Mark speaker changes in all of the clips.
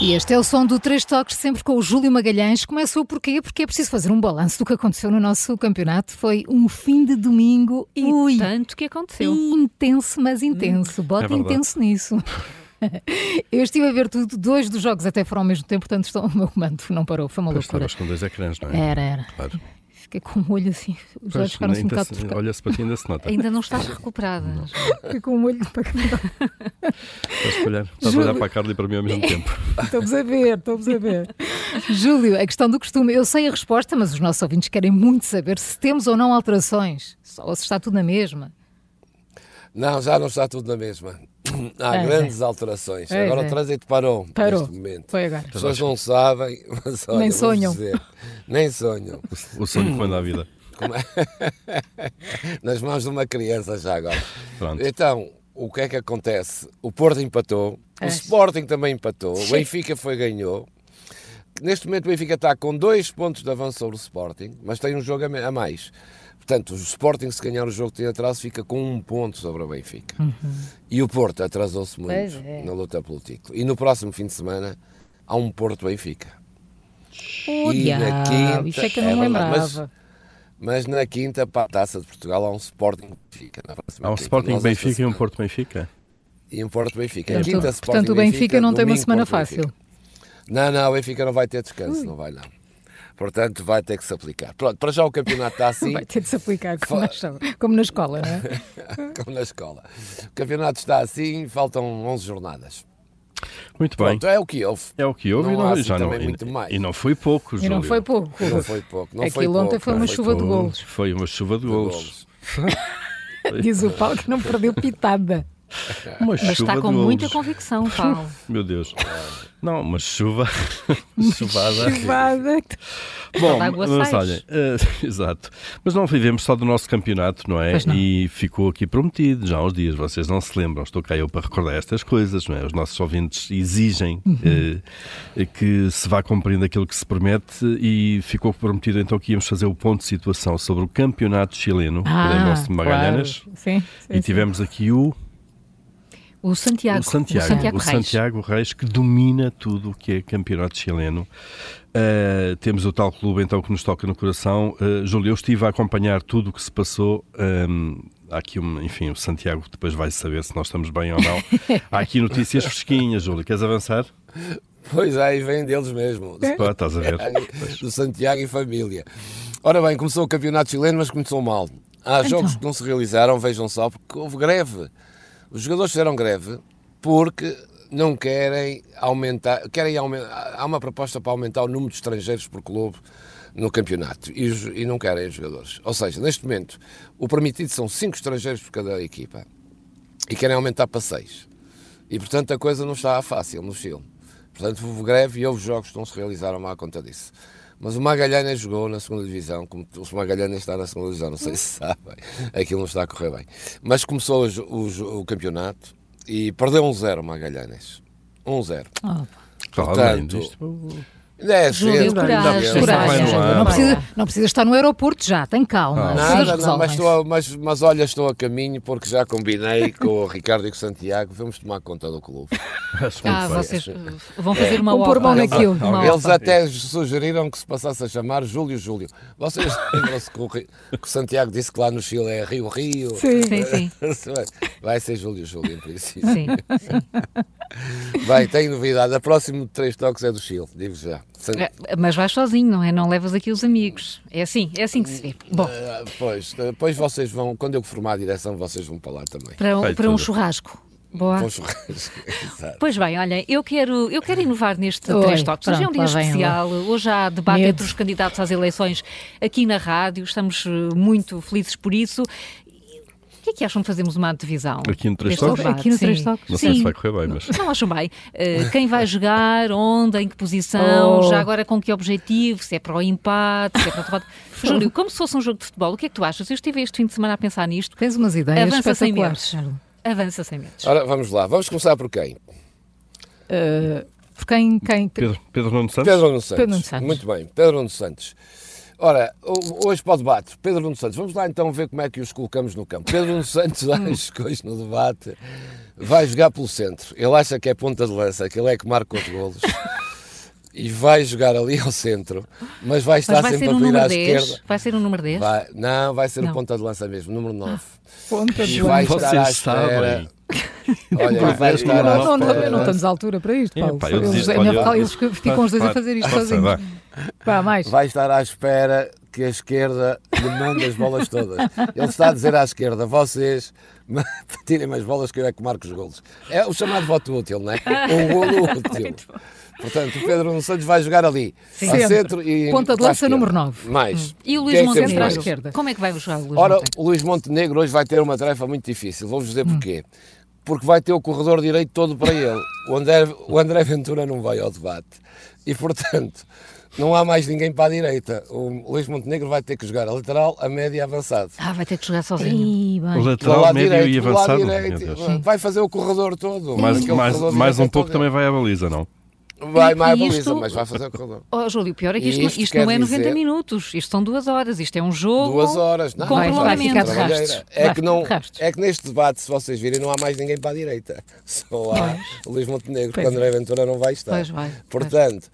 Speaker 1: E este é o som do Três Toques, sempre com o Júlio Magalhães. Começou porquê? Porque é preciso fazer um balanço do que aconteceu no nosso campeonato. Foi um fim de domingo
Speaker 2: E
Speaker 1: ui,
Speaker 2: tanto Hum. que aconteceu.
Speaker 1: intenso, mas intenso. Bota
Speaker 3: É verdade.
Speaker 1: intenso nisso. Eu estive a ver tudo, dois dos jogos até foram ao mesmo tempo, portanto estou, o meu comando não parou, foi uma
Speaker 3: Pois
Speaker 1: loucura.
Speaker 3: estavas com dois ecrãs, não é?
Speaker 1: Era, era.
Speaker 3: Claro.
Speaker 1: Fiquei com o olho assim, os olhos
Speaker 3: Pois,
Speaker 1: ficaram assim um
Speaker 3: ainda
Speaker 1: bocado
Speaker 3: se-
Speaker 1: trocados.
Speaker 3: Olha-se para ti ainda se nota.
Speaker 2: Ainda não estás recuperada.
Speaker 1: Fiquei com o olho para
Speaker 3: Estás a olhar, estás a
Speaker 1: Juro.
Speaker 3: olhar para a Carla e para mim ao mesmo tempo.
Speaker 1: Estamos a ver, estamos a ver. Júlio, a questão do costume. Eu sei a resposta, mas os nossos ouvintes querem muito saber se temos ou não alterações. Ou se está tudo na mesma.
Speaker 4: Não, já não está tudo na mesma. Há
Speaker 1: Pois é.
Speaker 4: grandes alterações.
Speaker 1: Pois
Speaker 4: Agora
Speaker 1: é.
Speaker 4: o trânsito parou,
Speaker 1: Parou.
Speaker 4: neste momento.
Speaker 1: Foi agora.
Speaker 4: As pessoas não sabem, mas olha,
Speaker 1: Nem
Speaker 4: vou-vos
Speaker 1: sonham.
Speaker 4: dizer, nem sonham.
Speaker 3: O sonho que manda a vida.
Speaker 4: Nas mãos de uma criança já agora.
Speaker 3: Pronto.
Speaker 4: Então, o que é que acontece? O Porto empatou, o Sporting também empatou, o Benfica foi ganhou. Neste momento o Benfica está com dois pontos de avanço sobre o Sporting, mas tem um jogo a me- a mais. Portanto, o Sporting, se ganhar o jogo que tem atraso, fica com um ponto sobre o Benfica. E o Porto atrasou-se muito
Speaker 1: Uhum. Pois é.
Speaker 4: na luta pelo título. E no próximo fim de semana há um Porto-Benfica.
Speaker 1: Olha,
Speaker 4: na quinta-
Speaker 1: isto é que eu
Speaker 4: é
Speaker 1: não
Speaker 4: verdade,
Speaker 1: lembrava.
Speaker 4: mas- Mas na quinta, para a Taça de Portugal, há um Sporting-Benfica. na próxima
Speaker 3: Há um
Speaker 4: quinta.
Speaker 3: Sporting
Speaker 4: Nós é esta
Speaker 3: Benfica e um
Speaker 4: semana-
Speaker 3: Porto Benfica?
Speaker 4: e um Porto Benfica.
Speaker 1: portanto,
Speaker 4: Quinta,
Speaker 1: Então, portanto,
Speaker 4: Sporting
Speaker 1: o Benfica não tem uma
Speaker 4: domingo,
Speaker 1: semana
Speaker 4: Porto Benfica.
Speaker 1: fácil.
Speaker 4: Não, não, o Benfica não vai ter descanso, não vai não. Portanto, vai ter que se aplicar. Pronto, para já o campeonato está assim,
Speaker 1: Vai ter de se aplicar, como, nós sabemos, como na escola, não é?
Speaker 4: como na escola. O campeonato está assim, faltam 11 jornadas.
Speaker 3: Muito bem.
Speaker 4: Pronto, é o que houve.
Speaker 3: É o que houve e
Speaker 4: Não há
Speaker 3: não-
Speaker 4: assim
Speaker 3: já não,
Speaker 4: também
Speaker 3: e,
Speaker 4: muito mais.
Speaker 3: e não foi pouco,
Speaker 1: E
Speaker 3: Júlio.
Speaker 1: não foi pouco.
Speaker 4: Não foi pouco, não foi
Speaker 1: Aquilo
Speaker 4: pouco.
Speaker 1: É ontem foi
Speaker 4: não
Speaker 1: uma chuva de
Speaker 4: pouco.
Speaker 1: golos.
Speaker 3: Foi uma chuva de golos.
Speaker 1: Diz o Paulo que não perdeu pitada.
Speaker 4: é.
Speaker 3: Uma
Speaker 2: Mas
Speaker 3: chuva
Speaker 2: está com
Speaker 3: de
Speaker 2: muita
Speaker 3: golos.
Speaker 2: convicção, Paulo.
Speaker 3: Meu Deus.
Speaker 4: Ah.
Speaker 3: Não, uma chuva. Chuvada.
Speaker 1: Chuvada.
Speaker 3: Bom,
Speaker 2: de água
Speaker 3: mas
Speaker 2: sais.
Speaker 3: olhem, eh, exato. Mas não vivemos só do nosso campeonato, não é?
Speaker 2: Pois não.
Speaker 3: E ficou aqui prometido já há uns dias. Vocês não se lembram, estou cá eu para recordar estas coisas, não é? Os nossos ouvintes exigem
Speaker 2: Uhum.
Speaker 3: eh, que se vá cumprindo aquilo que se promete e ficou prometido então que íamos fazer o ponto de situação sobre o campeonato chileno,
Speaker 2: Ah,
Speaker 3: lembram-se de Magalhães?
Speaker 1: Ah, claro. Sim, sim,
Speaker 3: E tivemos aqui o
Speaker 2: O Santiago.
Speaker 3: o Santiago,
Speaker 2: o Santiago
Speaker 3: o
Speaker 2: Reis.
Speaker 3: Santiago Reis, que domina tudo o que é campeonato chileno. Uh, temos o tal clube então que nos toca no coração. Uh, Júlio, eu estive a acompanhar tudo o que se passou. Um, há aqui, uma, enfim, o Santiago depois vai saber se nós estamos bem ou não. Há aqui notícias fresquinhas, Júlio. Queres avançar?
Speaker 4: Pois aí vem deles mesmo.
Speaker 1: É.
Speaker 3: Pá, estás a ver.
Speaker 4: É, do Santiago e família. Ora bem, começou o campeonato chileno, mas começou mal. Há jogos que não se realizaram, vejam só, porque houve greve. Os jogadores fizeram greve porque não querem aumentar, querem aumentar, há uma proposta para aumentar o número de estrangeiros por clube no campeonato e, os- e não querem os jogadores. Ou seja, neste momento, o permitido são cinco estrangeiros por cada equipa e querem aumentar para seis. E portanto a coisa não está fácil no Chile. Portanto, houve greve e houve jogos que não se realizaram à conta disso. Mas o Magalhães jogou na segunda divisão, como o Magalhães está na segunda divisão, não sei se sabem, aquilo não está a correr bem. Mas começou o, jo- o jo- o campeonato e perdeu 1-0 o Magalhães. 1-0.
Speaker 1: Oh,
Speaker 3: Claro,
Speaker 4: Portanto,
Speaker 3: bem, isto-
Speaker 4: Dez
Speaker 2: Júlio,
Speaker 4: vezes,
Speaker 2: coragem,
Speaker 4: dez vezes.
Speaker 1: coragem.
Speaker 3: vai no ar.
Speaker 1: é, Não precisa, não precisa estar no aeroporto já, tem calma. As coisas
Speaker 4: Nada, um não, mas,
Speaker 1: resolvem-se.
Speaker 4: estou a- mas- mas olha, estou a caminho porque já combinei com o Ricardo e com o Santiago, vamos tomar conta do clube.
Speaker 3: acho muito
Speaker 2: Ah,
Speaker 3: bem.
Speaker 2: vocês uh, vão
Speaker 3: É.
Speaker 2: fazer uma
Speaker 1: Vão pôr mão
Speaker 2: obra.
Speaker 1: naquilo.
Speaker 2: Uma obra.
Speaker 4: Eles até sugeriram que se passasse a chamar Júlio Júlio. Vocês lembram-se que, o Ri- que o Santiago disse que lá no Chile é Rio Rio?
Speaker 1: Sim.
Speaker 2: Sim, sim.
Speaker 4: Vai ser Júlio Júlio, em princípio.
Speaker 2: Sim.
Speaker 4: Bem, tenho novidade. A próximo de três toques é do Chile, digo já. San-
Speaker 2: É, Mas vais sozinho, não é? Não levas aqui os amigos. É assim, é assim que se vê. Bom,
Speaker 4: Ah, Pois, depois vocês vão, quando eu formar a direção, vocês vão para lá também.
Speaker 2: para um,
Speaker 3: Feito.
Speaker 2: para um churrasco. Boa.
Speaker 4: Com churrasco. Exato.
Speaker 2: Pois bem, olhem, eu quero, eu quero inovar neste
Speaker 1: Oi,
Speaker 2: Três Toques. Hoje é um
Speaker 1: pronto,
Speaker 2: dia
Speaker 1: lá vem
Speaker 2: especial, hoje há debate
Speaker 1: Medo.
Speaker 2: entre os candidatos às eleições aqui na rádio, estamos eh, muito felizes por isso. E O que é que acham de fazermos uma divisão?
Speaker 3: Aqui no Três
Speaker 2: deste
Speaker 3: Toques?
Speaker 2: debate?
Speaker 1: Aqui no
Speaker 2: Sim.
Speaker 1: Três Toques?
Speaker 3: Não sei se
Speaker 2: Sim.
Speaker 3: vai correr bem, mas-
Speaker 2: Não acham bem. Eh, quem vai jogar, onde, em que posição,
Speaker 1: Oh.
Speaker 2: já agora com que objetivo, se é para o empate, se é para o empate. Júlio, como se fosse um jogo de futebol, o que é que tu achas? Eu estive este fim de semana a pensar nisto.
Speaker 1: Tens umas ideias
Speaker 2: Avança sem
Speaker 1: espetaculares.
Speaker 2: medos. Avança sem medos.
Speaker 4: Ora, vamos lá. Vamos começar por quem?
Speaker 1: Uh, por quem, quem
Speaker 3: Pedro, Pedro Nuno Santos?
Speaker 4: Pedro Nuno Santos.
Speaker 1: Pedro Nuno Santos.
Speaker 4: Muito bem, Pedro Nuno Santos. Ora, ho- hoje para o debate, Pedro Nuno Santos, vamos lá então ver como é que os colocamos no campo. Pedro Nuno Santos, acho que hoje no debate vai jogar pelo centro. Ele acha que é ponta de lança, que ele é que marca os golos. E vai jogar ali ao centro, mas vai estar
Speaker 2: Mas vai
Speaker 4: sempre
Speaker 2: ser
Speaker 4: a
Speaker 2: um
Speaker 4: vir à
Speaker 2: número 10?
Speaker 4: esquerda.
Speaker 2: Vai ser um número 10?
Speaker 4: Vai- não, vai ser
Speaker 2: Não.
Speaker 4: o ponta de lança mesmo, número 9.
Speaker 1: Ponta de
Speaker 4: E vai
Speaker 1: lança.
Speaker 4: estar à
Speaker 3: Vocês
Speaker 4: espera.
Speaker 3: sabem.
Speaker 4: Olha, vai
Speaker 3: Vocês
Speaker 4: estar à
Speaker 1: Não, não,
Speaker 4: espera.
Speaker 1: não, não estamos à altura para isto, Paulo.
Speaker 3: Epá, eu
Speaker 1: eles,
Speaker 3: desisto,
Speaker 1: é melhor
Speaker 3: olha,
Speaker 1: ficar-
Speaker 3: eu-
Speaker 1: eles que ficam os dois a
Speaker 3: Pá,
Speaker 1: fazer isto
Speaker 3: pá,
Speaker 1: sozinhos.
Speaker 3: vá.
Speaker 1: Vá, mais.
Speaker 4: vai estar à espera que a esquerda lhe mande as bolas todas. Ele está a dizer à esquerda, vocês ma- tirem-me as bolas que eu é que marco os golos. É o chamado voto útil, não é? O golo útil. Portanto, o Pedro Nuno Santos vai jogar ali, ao
Speaker 1: Sempre.
Speaker 4: centro e...
Speaker 1: Ponta de
Speaker 4: para a
Speaker 1: lança
Speaker 4: esquerda.
Speaker 1: número nove. Hum.
Speaker 4: Mais.
Speaker 2: E o Luís
Speaker 4: Quem é que
Speaker 1: Centro
Speaker 4: temos
Speaker 1: à
Speaker 4: mais?
Speaker 2: Montenegro?
Speaker 1: esquerda.
Speaker 2: Como é que vai jogar o Luís
Speaker 4: Ora,
Speaker 2: Montenegro? Hum.
Speaker 4: o Luís Montenegro hoje vai ter uma tarefa muito difícil. Vou-vos dizer porquê. Porque vai ter o corredor direito todo para ele. O André, o André Ventura não vai ao debate. E, portanto, não há mais ninguém para a direita. O Luís Montenegro vai ter que jogar a lateral, a média e a avançado.
Speaker 2: Ah, vai ter que jogar sozinho.
Speaker 1: Ih,
Speaker 3: O
Speaker 1: bem.
Speaker 4: Do
Speaker 3: lateral,
Speaker 4: lado
Speaker 3: médio e
Speaker 4: direito, do lado
Speaker 3: avançado.
Speaker 4: direito.
Speaker 3: Meu Deus.
Speaker 4: vai fazer o corredor todo.
Speaker 3: Mais,
Speaker 4: Aquele
Speaker 3: mais,
Speaker 4: corredor
Speaker 3: mais um
Speaker 4: direito é
Speaker 3: pouco
Speaker 4: todo
Speaker 3: também vai à baliza, não?
Speaker 4: ele. Vai
Speaker 2: E-
Speaker 4: mais
Speaker 2: e
Speaker 4: a baliza,
Speaker 2: isto-
Speaker 4: mas vai fazer o corredor.
Speaker 2: Oh, Júlio, o pior é que
Speaker 4: E
Speaker 2: isto, não-
Speaker 4: isto
Speaker 2: isto não
Speaker 4: quer
Speaker 2: é 90
Speaker 4: dizer-
Speaker 2: minutos. Isto são duas horas. Isto é um jogo.
Speaker 4: Duas horas. Não,
Speaker 2: com
Speaker 4: vai, vai
Speaker 2: prolongamento.
Speaker 4: ficar
Speaker 1: de
Speaker 4: trabalheira.
Speaker 2: rastros.
Speaker 4: É
Speaker 2: Vai
Speaker 4: que,
Speaker 2: ficar
Speaker 4: não,
Speaker 2: de rastros.
Speaker 4: é que neste debate, se vocês virem, não há mais ninguém para a direita. Só há o Luís Montenegro,
Speaker 1: Pois
Speaker 4: quando André Ventura não vai estar.
Speaker 2: Pois vai, pois.
Speaker 4: Portanto,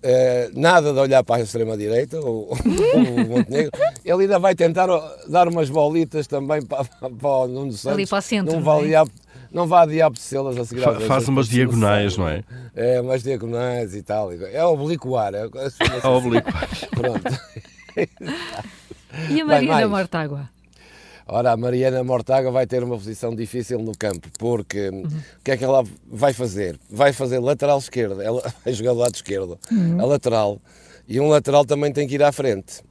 Speaker 4: eh, nada de olhar para a extrema-direita, o, o Montenegro. Ele ainda vai tentar oh, dar umas bolitas também para, para o Nuno Santos.
Speaker 2: para o centro,
Speaker 4: Não, vai
Speaker 2: não é?
Speaker 4: adiar- não vai adiar apetecê-las a seguir
Speaker 3: Fa-
Speaker 4: às vezes,
Speaker 3: faz umas
Speaker 4: porque se não
Speaker 3: diagonais,
Speaker 4: sabe.
Speaker 3: não é?
Speaker 4: É, umas diagonais e tal. É obliquar. É,
Speaker 3: É oblíquo.
Speaker 4: pronto.
Speaker 2: E a Marina
Speaker 4: mais.
Speaker 2: Mortágua?
Speaker 4: Ora, a Mariana Mortágua vai ter uma posição difícil no campo, porque
Speaker 1: Uhum.
Speaker 4: hum, o que é que ela vai fazer? Vai fazer lateral esquerda, ela vai jogar do lado esquerdo,
Speaker 1: Uhum.
Speaker 4: a lateral, e um lateral também tem que ir à frente.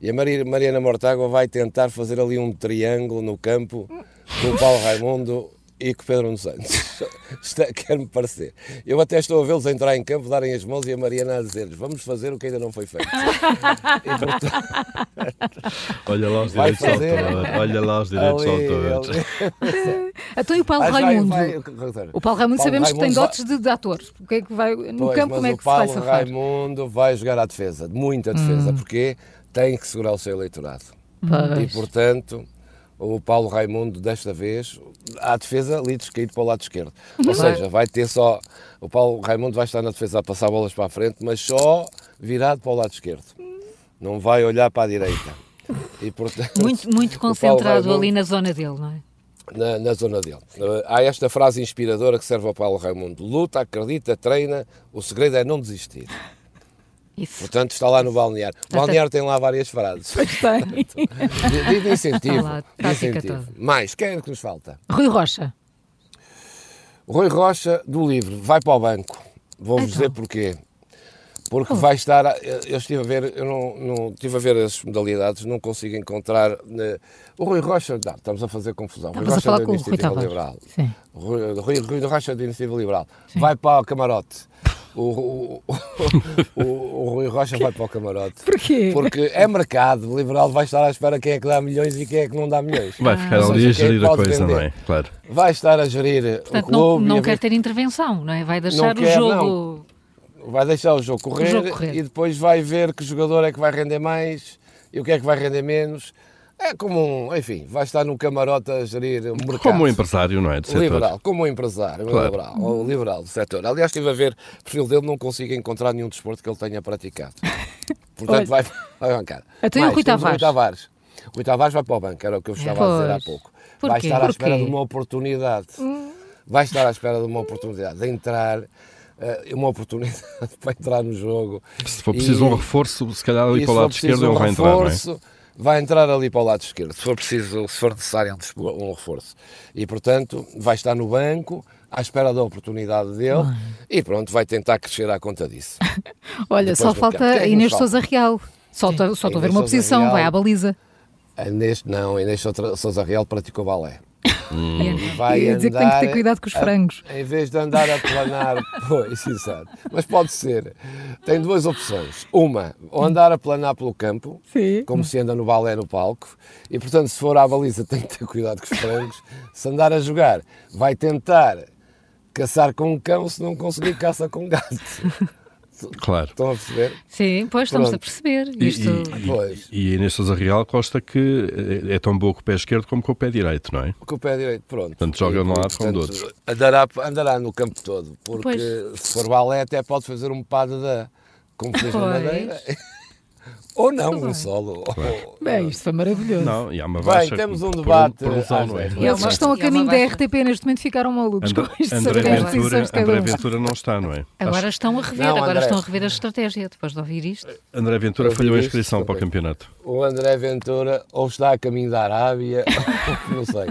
Speaker 4: E a Mari- Mariana Mortágua vai tentar fazer ali um triângulo no campo com o Paulo Raimundo e com o Pedro Nuno Santos. Está- Quer-me parecer. Eu até estou a vê-los entrar em campo, darem as mãos e a Mariana a dizer-lhes: vamos fazer o que ainda não foi feito.
Speaker 3: Olha lá os
Speaker 4: Vai
Speaker 3: direitos de
Speaker 4: fazer.
Speaker 3: autor. Olha lá os direitos de autor.
Speaker 4: ali.
Speaker 1: Então e o Paulo
Speaker 4: Mas vai-
Speaker 1: Raimundo?
Speaker 4: vai- é corredor.
Speaker 1: O Paulo Raimundo sabemos que tem
Speaker 4: Raimundo
Speaker 1: dotes de, de ator. O que é que vai, no
Speaker 4: Pois,
Speaker 1: campo,
Speaker 4: mas
Speaker 1: como é
Speaker 4: o
Speaker 1: que se vai
Speaker 4: Paulo
Speaker 1: safar? Hum.
Speaker 4: Raimundo vai jogar à defesa, muita defesa, porque tem que segurar o seu eleitorado. E portanto, o Paulo Raimundo, desta vez, à defesa, líderes caído para o lado esquerdo. Ou seja, vai ter só. O Paulo Raimundo vai estar na defesa a passar bolas para a frente, mas só virado para o lado esquerdo. Não vai olhar para a direita. E, portanto,
Speaker 2: Muito, muito
Speaker 4: o Paulo
Speaker 2: concentrado
Speaker 4: Raimundo-
Speaker 2: ali na zona dele, não é?
Speaker 4: na, na zona dele. Eh, Há esta frase inspiradora que serve ao Paulo Raimundo: luta, acredita, treina, o segredo é não desistir.
Speaker 2: Isso.
Speaker 4: Portanto, está lá no balneário. O balneário tem lá várias frases. De, de- de incentivo.
Speaker 2: Está lá,
Speaker 4: de
Speaker 2: tática
Speaker 4: incentivo.
Speaker 2: toda.
Speaker 4: Mais, quem é que nos falta?
Speaker 1: Rui Rocha.
Speaker 4: Rui Rocha, do Livre, vai para o banco. Vou-vos
Speaker 1: Então.
Speaker 4: dizer porquê. Porque
Speaker 1: Oh.
Speaker 4: vai estar. a- Eu eu estive a ver, eu não, não estive a ver as modalidades, não consigo encontrar. eh, O Rui Rocha, não, estamos a fazer confusão.
Speaker 1: Estamos a falar
Speaker 4: da
Speaker 1: com o Rui
Speaker 4: Iniciativa
Speaker 1: Tavares.
Speaker 4: Liberal.
Speaker 1: Sim.
Speaker 4: Rui, Rui, Rui Rocha da Iniciativa Liberal. Vai para o camarote. O, o- o- o- o Rui Rocha vai para o camarote.
Speaker 1: Porquê?
Speaker 4: Porque é mercado. O liberal vai estar à espera quem é que dá milhões e quem é que não dá milhões.
Speaker 3: Vai ficar
Speaker 4: Ou
Speaker 3: ali
Speaker 4: seja,
Speaker 3: a
Speaker 4: quem
Speaker 3: gerir a
Speaker 4: pode
Speaker 3: coisa,
Speaker 4: vender.
Speaker 3: não é? Claro.
Speaker 4: Vai estar a gerir
Speaker 2: Portanto,
Speaker 4: o
Speaker 2: não,
Speaker 4: clube. e
Speaker 2: não
Speaker 4: a
Speaker 2: quer
Speaker 4: ver-
Speaker 2: ter intervenção, não é? Vai deixar
Speaker 4: quer,
Speaker 2: o jogo.
Speaker 4: Vai deixar o jogo, correr,
Speaker 2: O jogo correr.
Speaker 4: e depois vai ver que jogador é que vai render mais e o que é que vai render menos. É como um, enfim, vai estar no camarote a gerir o mercado.
Speaker 3: Como um empresário, não é? De setor.
Speaker 4: Liberal, como um empresário, um
Speaker 3: Claro.
Speaker 4: liberal, um liberal do setor. Aliás, estive a ver o perfil dele, não consigo encontrar nenhum desporto que ele tenha praticado. Portanto, vai, vai bancar.
Speaker 1: Então e o
Speaker 4: Mais,
Speaker 1: Rui Tavares?
Speaker 4: temos O Rui Tavares. O Rui Tavares vai para o banco, era o que eu vos estava a dizer há
Speaker 1: Pois.
Speaker 4: pouco. Vai
Speaker 1: Porquê?
Speaker 4: estar à espera
Speaker 1: Porquê?
Speaker 4: de uma oportunidade. Vai estar à espera de uma oportunidade de entrar, eh, uma oportunidade para entrar no jogo.
Speaker 3: Se for preciso
Speaker 4: E-
Speaker 3: um reforço, se calhar
Speaker 4: e
Speaker 3: ali
Speaker 4: se
Speaker 3: para o
Speaker 4: for
Speaker 3: lado
Speaker 4: preciso um
Speaker 3: esquerdo ele vai entrar, não é?
Speaker 4: reforço, Vai entrar ali para o lado esquerdo, se for preciso, se for necessário um des- um reforço. E portanto, vai estar no banco, à espera da oportunidade dele e pronto, vai tentar crescer à conta disso.
Speaker 1: Olha,
Speaker 4: Depois
Speaker 1: só
Speaker 4: do
Speaker 1: falta
Speaker 4: campo. Quem é que
Speaker 1: Inês
Speaker 4: nos falta?
Speaker 1: Sousa Real. Só estou só estou a ver
Speaker 4: Inês
Speaker 1: uma
Speaker 4: Sousa
Speaker 1: posição,
Speaker 4: Real.
Speaker 1: vai à baliza.
Speaker 4: Inês, não, Inês Soutra- Sousa Real praticou balé. Vai
Speaker 1: Ia dizer que tem que ter
Speaker 4: andar
Speaker 1: cuidado com os
Speaker 4: a-
Speaker 1: frangos.
Speaker 4: Em vez de andar a planar, pois, exato. Mas pode ser. Tem duas opções. Uma, ou andar a planar pelo campo,
Speaker 1: Sim.
Speaker 4: como se anda no balé no palco, e portanto, se for à baliza, tem que ter cuidado com os frangos. Se andar a jogar, vai tentar caçar com um cão, se não conseguir, caça com um gato.
Speaker 3: Claro.
Speaker 4: Estão a perceber?
Speaker 2: Sim, pois estamos
Speaker 4: Pronto.
Speaker 2: a perceber.
Speaker 3: E,
Speaker 2: Isto...
Speaker 3: e,
Speaker 4: Pois.
Speaker 3: e, e Inês Sousa Real consta que é é tão boa com o pé esquerdo como com o pé direito, não é?
Speaker 4: Com o pé direito, pronto.
Speaker 3: Portanto, joga de um lado,
Speaker 4: Portanto,
Speaker 3: como do outro.
Speaker 4: Andará, andará no campo todo, porque se for balé até pode fazer um pado da. Como fez na
Speaker 2: Pois.
Speaker 4: Madeira. ou não,
Speaker 2: Tudo bem.
Speaker 4: um solo. Ou-
Speaker 1: Bem, isto foi maravilhoso.
Speaker 3: Não, e há uma
Speaker 4: Bem,
Speaker 3: baixa
Speaker 4: temos um
Speaker 3: por-
Speaker 4: debate eh,
Speaker 3: Por, lesão,
Speaker 4: às
Speaker 3: não é?
Speaker 4: dez.
Speaker 1: E eles que
Speaker 2: Exato.
Speaker 1: estão a
Speaker 2: E é uma
Speaker 1: caminho da
Speaker 2: baixa.
Speaker 1: RTP neste momento ficaram malucos
Speaker 3: André,
Speaker 1: com isto.
Speaker 3: André
Speaker 1: sobre as
Speaker 3: Ventura,
Speaker 1: decisões de cada
Speaker 3: André
Speaker 1: um.
Speaker 3: Ventura não está, não é?
Speaker 2: Agora estão a rever,
Speaker 4: Não,
Speaker 2: agora
Speaker 4: André.
Speaker 2: estão a rever a estratégia depois de ouvir isto.
Speaker 3: Acho- André Ventura
Speaker 4: Eu
Speaker 3: falhou a
Speaker 4: vi isto
Speaker 3: inscrição para o
Speaker 4: também.
Speaker 3: campeonato.
Speaker 4: O André Ventura ou está a caminho da Arábia, não sei.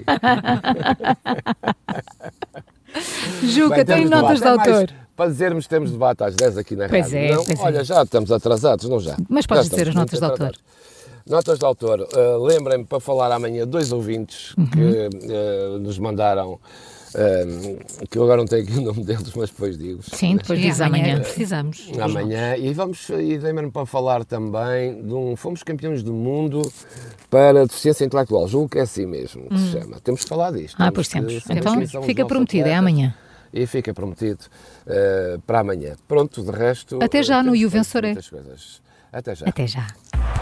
Speaker 1: Juca,
Speaker 4: Bem,
Speaker 1: tem
Speaker 4: temos
Speaker 1: notas de
Speaker 4: debate. Tem
Speaker 1: autor.
Speaker 4: mais- Para dizermos, temos debate às 10 aqui na
Speaker 1: Pois
Speaker 4: rádio.
Speaker 1: é,
Speaker 4: não,
Speaker 1: pois é.
Speaker 4: olha, já estamos atrasados, não já?
Speaker 1: Mas
Speaker 4: Já
Speaker 1: podes
Speaker 4: estamos
Speaker 1: dizer as
Speaker 4: muito
Speaker 1: notas de autor.
Speaker 4: atrasados. Notas de autor. Uh, Lembrem-me para falar amanhã dois ouvintes
Speaker 1: Uhum.
Speaker 4: que eh, nos mandaram, eh, que eu agora não tenho aqui o nome deles, mas depois digo.
Speaker 1: Sim, depois
Speaker 2: E
Speaker 1: diz amanhã.
Speaker 2: Precisamos.
Speaker 4: Amanhã, e vamos, e lembrem-me para falar também de um. Fomos campeões do mundo para deficiência intelectual, julgo que é assim mesmo que se chama. Temos que falar disto.
Speaker 1: Hum. Ah, pois
Speaker 4: que-
Speaker 1: temos.
Speaker 4: temos que
Speaker 1: Então
Speaker 4: são os
Speaker 1: fica
Speaker 4: nossos
Speaker 1: prometido, é
Speaker 4: atletas.
Speaker 1: amanhã.
Speaker 4: E fica prometido eh, para amanhã. Pronto, de resto.
Speaker 1: Até já
Speaker 4: eh,
Speaker 1: no
Speaker 4: temos
Speaker 1: Juvensoré.
Speaker 4: muitas coisas. Até já.
Speaker 1: Até já.